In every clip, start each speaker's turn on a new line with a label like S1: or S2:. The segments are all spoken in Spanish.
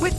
S1: With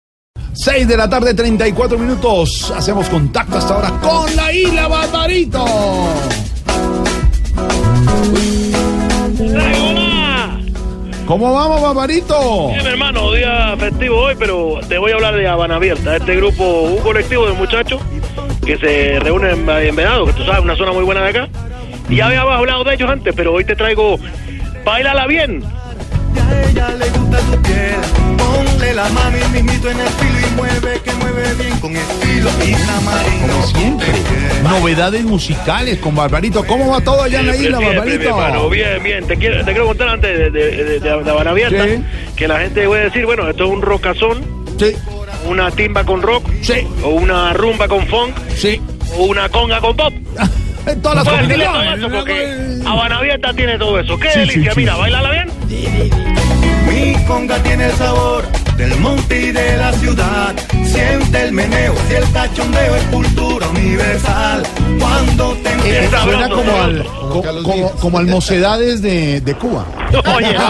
S2: 6 de la tarde, 34 minutos. Hacemos contacto hasta ahora con la isla Barbarito.
S3: ¡Ay, hola!
S2: ¿Cómo vamos, Barbarito?
S3: Bien, hermano, día festivo hoy, pero te voy a hablar de Habana Abierta, este grupo, un colectivo de muchachos que se reúnen en, en Venado, que tú sabes, una zona muy buena de acá. Y ya habíamos hablado de ellos antes, pero hoy te traigo Bailala Bien.
S4: A ella le gusta tu piel. Ponle la mano y mismito en el filo y mueve que mueve bien con estilo. Y Tamarindo,
S2: Como siempre, novedades musicales con Barbarito. ¿Cómo va todo allá en la isla,
S3: Siempre, siempre, mi hermano.
S2: Barbarito?
S3: Bien, bien. Te quiero, te quiero contar antes de, de, de- de Habana Abierta
S2: Sí.
S3: que la gente puede decir, bueno, esto es un rockazón,
S2: Sí,
S3: una timba con rock,
S2: sí,
S3: o una rumba con funk,
S2: sí.
S3: o una conga con pop.
S2: En todas las
S3: Pues, dile todo eso, porque
S2: combinaciones.
S3: Habana Abierta tiene todo eso. ¡Qué
S2: Sí, sí,
S3: delicia!
S2: sí.
S3: Mira, bailala bien.
S4: Mi conga tiene el sabor del monte y de la ciudad. Siente el meneo, si el cachondeo es cultura universal. Cuando te
S2: Eh,
S4: empieza
S2: Suena
S3: sabroso,
S2: como al,
S3: sabroso.
S2: co- como, como al mocedades de, de Cuba.
S3: Oye, oye.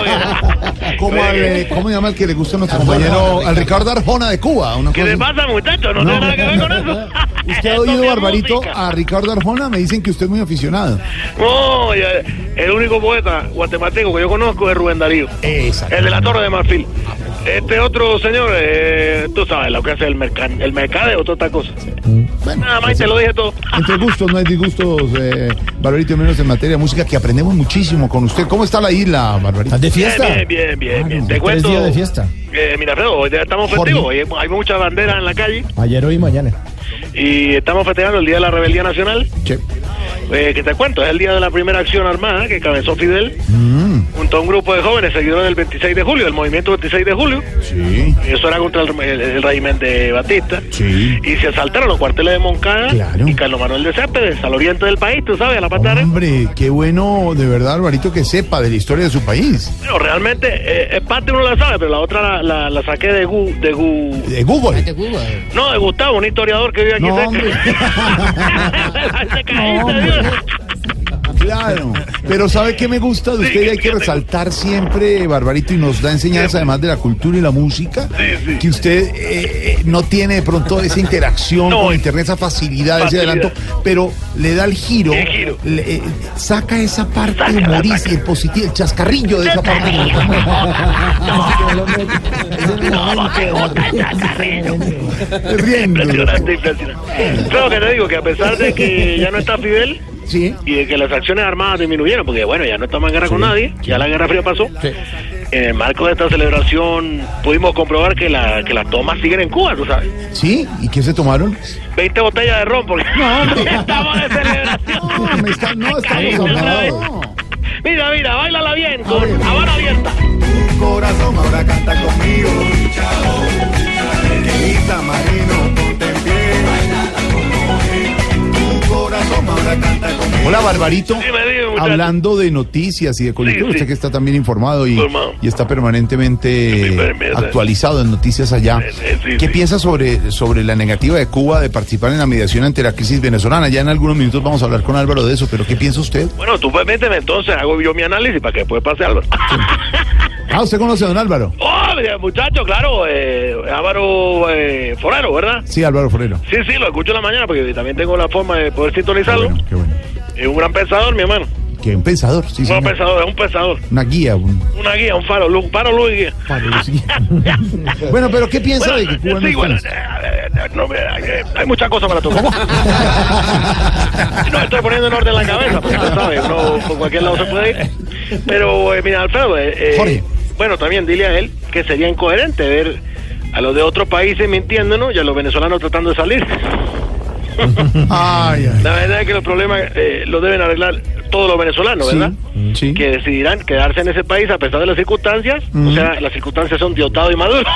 S2: Como
S3: Oye,
S2: al,
S3: ¿qué-
S2: eh, ¿Cómo se llama el que le gusta a nuestro compañero? Al Ricardo Arjona de Cuba. una
S3: ¿Qué
S2: cosa
S3: le
S2: así.
S3: pasa, muchachos? No,
S2: No.
S3: tiene nada que ver con eso.
S2: ¿Usted ha
S3: Esto
S2: oído,
S3: sí es
S2: Barbarito,
S3: música.
S2: a Ricardo Arjona? Me dicen que usted es muy aficionado.
S3: Oye, el único poeta guatemalteco que yo conozco es Rubén Darío.
S2: Exacto.
S3: El de la Torre de Marfil. Este otro señor, eh, tú sabes lo que hace el, mercado el mercadeo, toda esta cosa.
S2: Bueno,
S3: Nada más, y
S2: pues,
S3: te lo dije todo.
S2: Entre gustos, no hay disgustos, eh, Barbarito, menos en materia de música, que aprendemos muchísimo con usted. ¿Cómo está la isla, Barbarito?
S5: ¿Estás de fiesta?
S3: Bien, bien, bien, bien.
S5: Claro,
S3: Te
S5: tres
S3: cuento.
S5: días de fiesta.
S3: Eh, mira, Alfredo, hoy ya estamos
S2: Jorge.
S3: festivos. Hoy Hay muchas banderas en la calle
S5: Ayer, hoy y mañana.
S3: y estamos festejando el Día de la Rebeldía Nacional.
S2: Che.
S3: Eh, que te cuento, es el día de la primera acción armada que cabezó Fidel
S2: Mm.
S3: junto a un grupo de jóvenes seguidores del 26 de julio, del movimiento 26 de julio.
S2: Sí,
S3: Eso era contra el, el- el régimen de Batista.
S2: sí.
S3: Y se asaltaron los cuarteles de Moncada
S2: Claro. Ah.
S3: y Carlos Manuel de Céspedes, al oriente del país, tú sabes, a la pata de-
S2: Hombre, qué bueno, de verdad, Barbarito, que sepa de la historia de su país.
S3: Bueno, realmente, eh, eh, parte uno la sabe, pero la otra la, la- la saqué de Gu, de Gu-
S2: De Google.
S3: No, de Gustavo, un historiador que vive aquí
S2: No, hombre.
S3: cerca. Te caíste, Dios.
S2: Claro, pero ¿sabe qué me gusta de usted? Y hay que resaltar siempre, Barbarito, y nos da enseñanza además de la cultura y la música, que usted eh, eh, no tiene de pronto esa interacción
S3: No,
S2: con
S3: es-
S2: Internet, esa facilidad,
S3: Facilidad.
S2: ese adelanto, pero le da el giro,
S3: El giro.
S2: le- eh, saca esa parte
S3: Saca, la
S2: humorista,
S3: saca.
S2: el positivo, el chascarrillo de esa parte. Riendo.
S3: Impresionante, impresionante. Claro que te digo que a pesar de que ya no está Fidel
S2: Sí.
S3: y de que las acciones armadas disminuyeron, porque bueno, ya no estamos en guerra con nadie, ya la Guerra Fría pasó, en el marco de esta celebración pudimos comprobar que, la, que las tomas siguen en Cuba, tú sabes.
S2: ¿Sí? ¿Y qué se tomaron?
S3: 20 botellas de ron, porque
S2: No, hombre.
S3: estamos de
S2: No,
S3: celebración.
S2: me está- no
S3: Caíste
S2: estamos
S3: Ah, otra vez.
S2: hablando.
S3: Mira, mira, bailala bien, con
S2: ver.
S3: Habana abierta.
S4: tu corazón, ahora canta conmigo. Que mi Tamarino, ponte en pie. Tu corazón, ahora canta conmigo.
S2: Hola, Barbarito.
S3: Dime, dime, muchacho.
S2: Hablando de noticias y de coyuntura,
S3: Sí, sí.
S2: usted que está también informado y,
S3: Informado.
S2: y está permanentemente eh,
S3: Sí, permítame.
S2: actualizado en noticias allá,
S3: Sí, sí, sí,
S2: ¿qué
S3: sí.
S2: piensa sobre, sobre la negativa de Cuba de participar en la mediación ante la crisis venezolana? Ya en algunos minutos vamos a hablar con Álvaro de eso, pero ¿qué piensa usted?
S3: Bueno, tú pues, méteme entonces, hago yo mi análisis para que después pase algo. Oh,
S2: Ah, ¿usted conoce a don Álvaro?
S3: Hombre, muchacho, claro, eh, Álvaro eh, Forero, ¿verdad?
S2: Sí, Álvaro Forero.
S3: Sí, sí, lo escucho en la mañana porque también tengo la forma de poder sintonizarlo.
S2: Bueno, qué bueno.
S3: Es un gran pensador, mi hermano.
S2: Que un pensador, sí,
S3: Un
S2: sí.
S3: gran pensador, es un pensador.
S2: Una guía, un
S3: Una guía, un faro, luz, un faro, luz y guía.
S2: paro, sí. bueno, pero ¿qué piensa de que Cuba no
S3: sí,
S2: está
S3: bueno,
S2: en-
S3: eh, eh, no, me- eh, hay muchas cosas para tocar. no estoy poniendo en orden la cabeza, porque tú sabes, uno por cualquier lado se puede ir. Pero, eh, mira, Alfredo, eh, eh,
S2: Jorge.
S3: bueno, también dile a él que sería incoherente ver a los de otros países mintiéndonos y a los venezolanos tratando de salir.
S2: Ay, ay.
S3: La verdad es que los problemas eh, los deben arreglar todos los venezolanos, ¿verdad?
S2: Sí, sí.
S3: Que decidirán quedarse en ese país a pesar de las circunstancias. O sea, las circunstancias son de Otado y Maduro.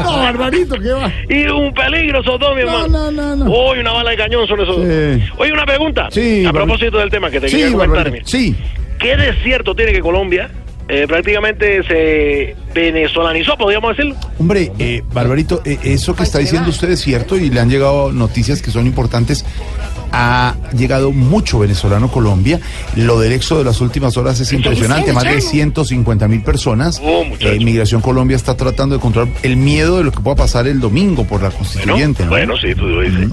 S2: Barbarito, ¿qué va?
S3: Y un peligro esos dos, mi
S2: No,
S3: hermano.
S2: no, no, no.
S3: Uy, una bala de cañón son esos
S2: Sí.
S3: dos. Oye, una pregunta.
S2: Sí, Barbarito.
S3: A propósito del tema que te
S2: Sí,
S3: quería comentar.
S2: Barbarito.
S3: mira.
S2: Sí.
S3: ¿Qué desierto tiene que Colombia? eh, prácticamente se venezolanizó, podríamos decirlo.
S2: Hombre, eh, Barbarito, eh, eso que está diciendo usted es cierto y le han llegado noticias que son importantes. Ha llegado mucho venezolano a Colombia. Lo del éxodo de las últimas horas es impresionante. Más de 150 mil personas.
S3: Oh, muchacho.
S2: Eh, Migración Colombia está tratando de controlar el miedo de lo que pueda pasar el domingo por la
S3: Bueno,
S2: constituyente. ¿no?
S3: bueno, sí, tú lo dices.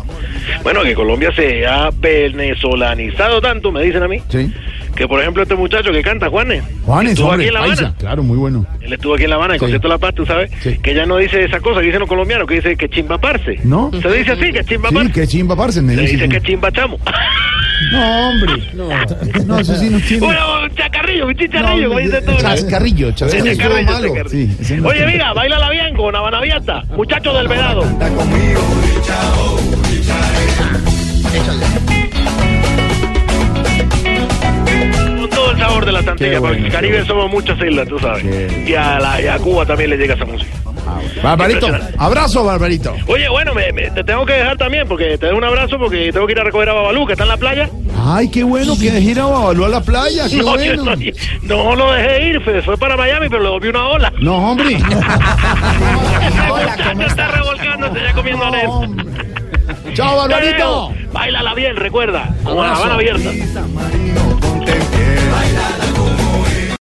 S3: Bueno, que Colombia se ha venezolanizado tanto, me dicen a mí,
S2: Sí.
S3: que por ejemplo este muchacho que canta, Juanes,
S2: Juanes,
S3: estuvo aquí
S2: hombre,
S3: en La Habana.
S2: paisa, claro, muy bueno.
S3: Él estuvo aquí en La Habana, en
S2: Sí.
S3: el concierto de La Paz, tú sabes,
S2: Sí.
S3: que ya no dice esa cosa, que dicen los colombianos, que dice que chimbaparse.
S2: ¿No?
S3: Se dice así, que chimbaparse.
S2: Sí, que chimba, parce, me
S3: Se
S2: dice.
S3: dice que chimbachamo.
S2: No, hombre, no. No, eso sí no tiene.
S3: Bueno, un chacarrillo, un chicharrillo,
S2: No,
S3: como dices tú.
S2: Chascarrillo, chascarrillo.
S3: Ese carrillo, ese
S2: Malo.
S3: carrillo.
S2: Sí, ese no
S3: Oye,
S2: tiene.
S3: mira, baila la bien con Habana Abierta, muchachos del vedado. Con todo el sabor de la
S2: Qué
S3: Tantica,
S2: bueno,
S3: porque en el
S2: qué
S3: Caribe
S2: bueno.
S3: somos muchas islas, tú sabes.
S2: Sí.
S3: Y a, la, y a Cuba también le llega esa música.
S2: Barbarito,
S3: Impresionante.
S2: abrazo, Barbarito.
S3: Oye, bueno, me- me- te tengo que dejar también, porque te doy un abrazo, porque tengo que ir a recoger a Babalú, que está en la playa.
S2: Ay, qué bueno que gira Babalú a la playa, qué
S3: No, yo
S2: bueno.
S3: estoy- no lo dejé ir, se fue para Miami, pero le volví una ola.
S2: No, hombre.
S3: Ya está revolcándose, ya comiendo arepa.
S2: No, hombre. Chao,
S3: Te
S2: Barbarito.
S3: veo. Bailala bien, recuerda. Como la Habana abierta.
S4: San Marino,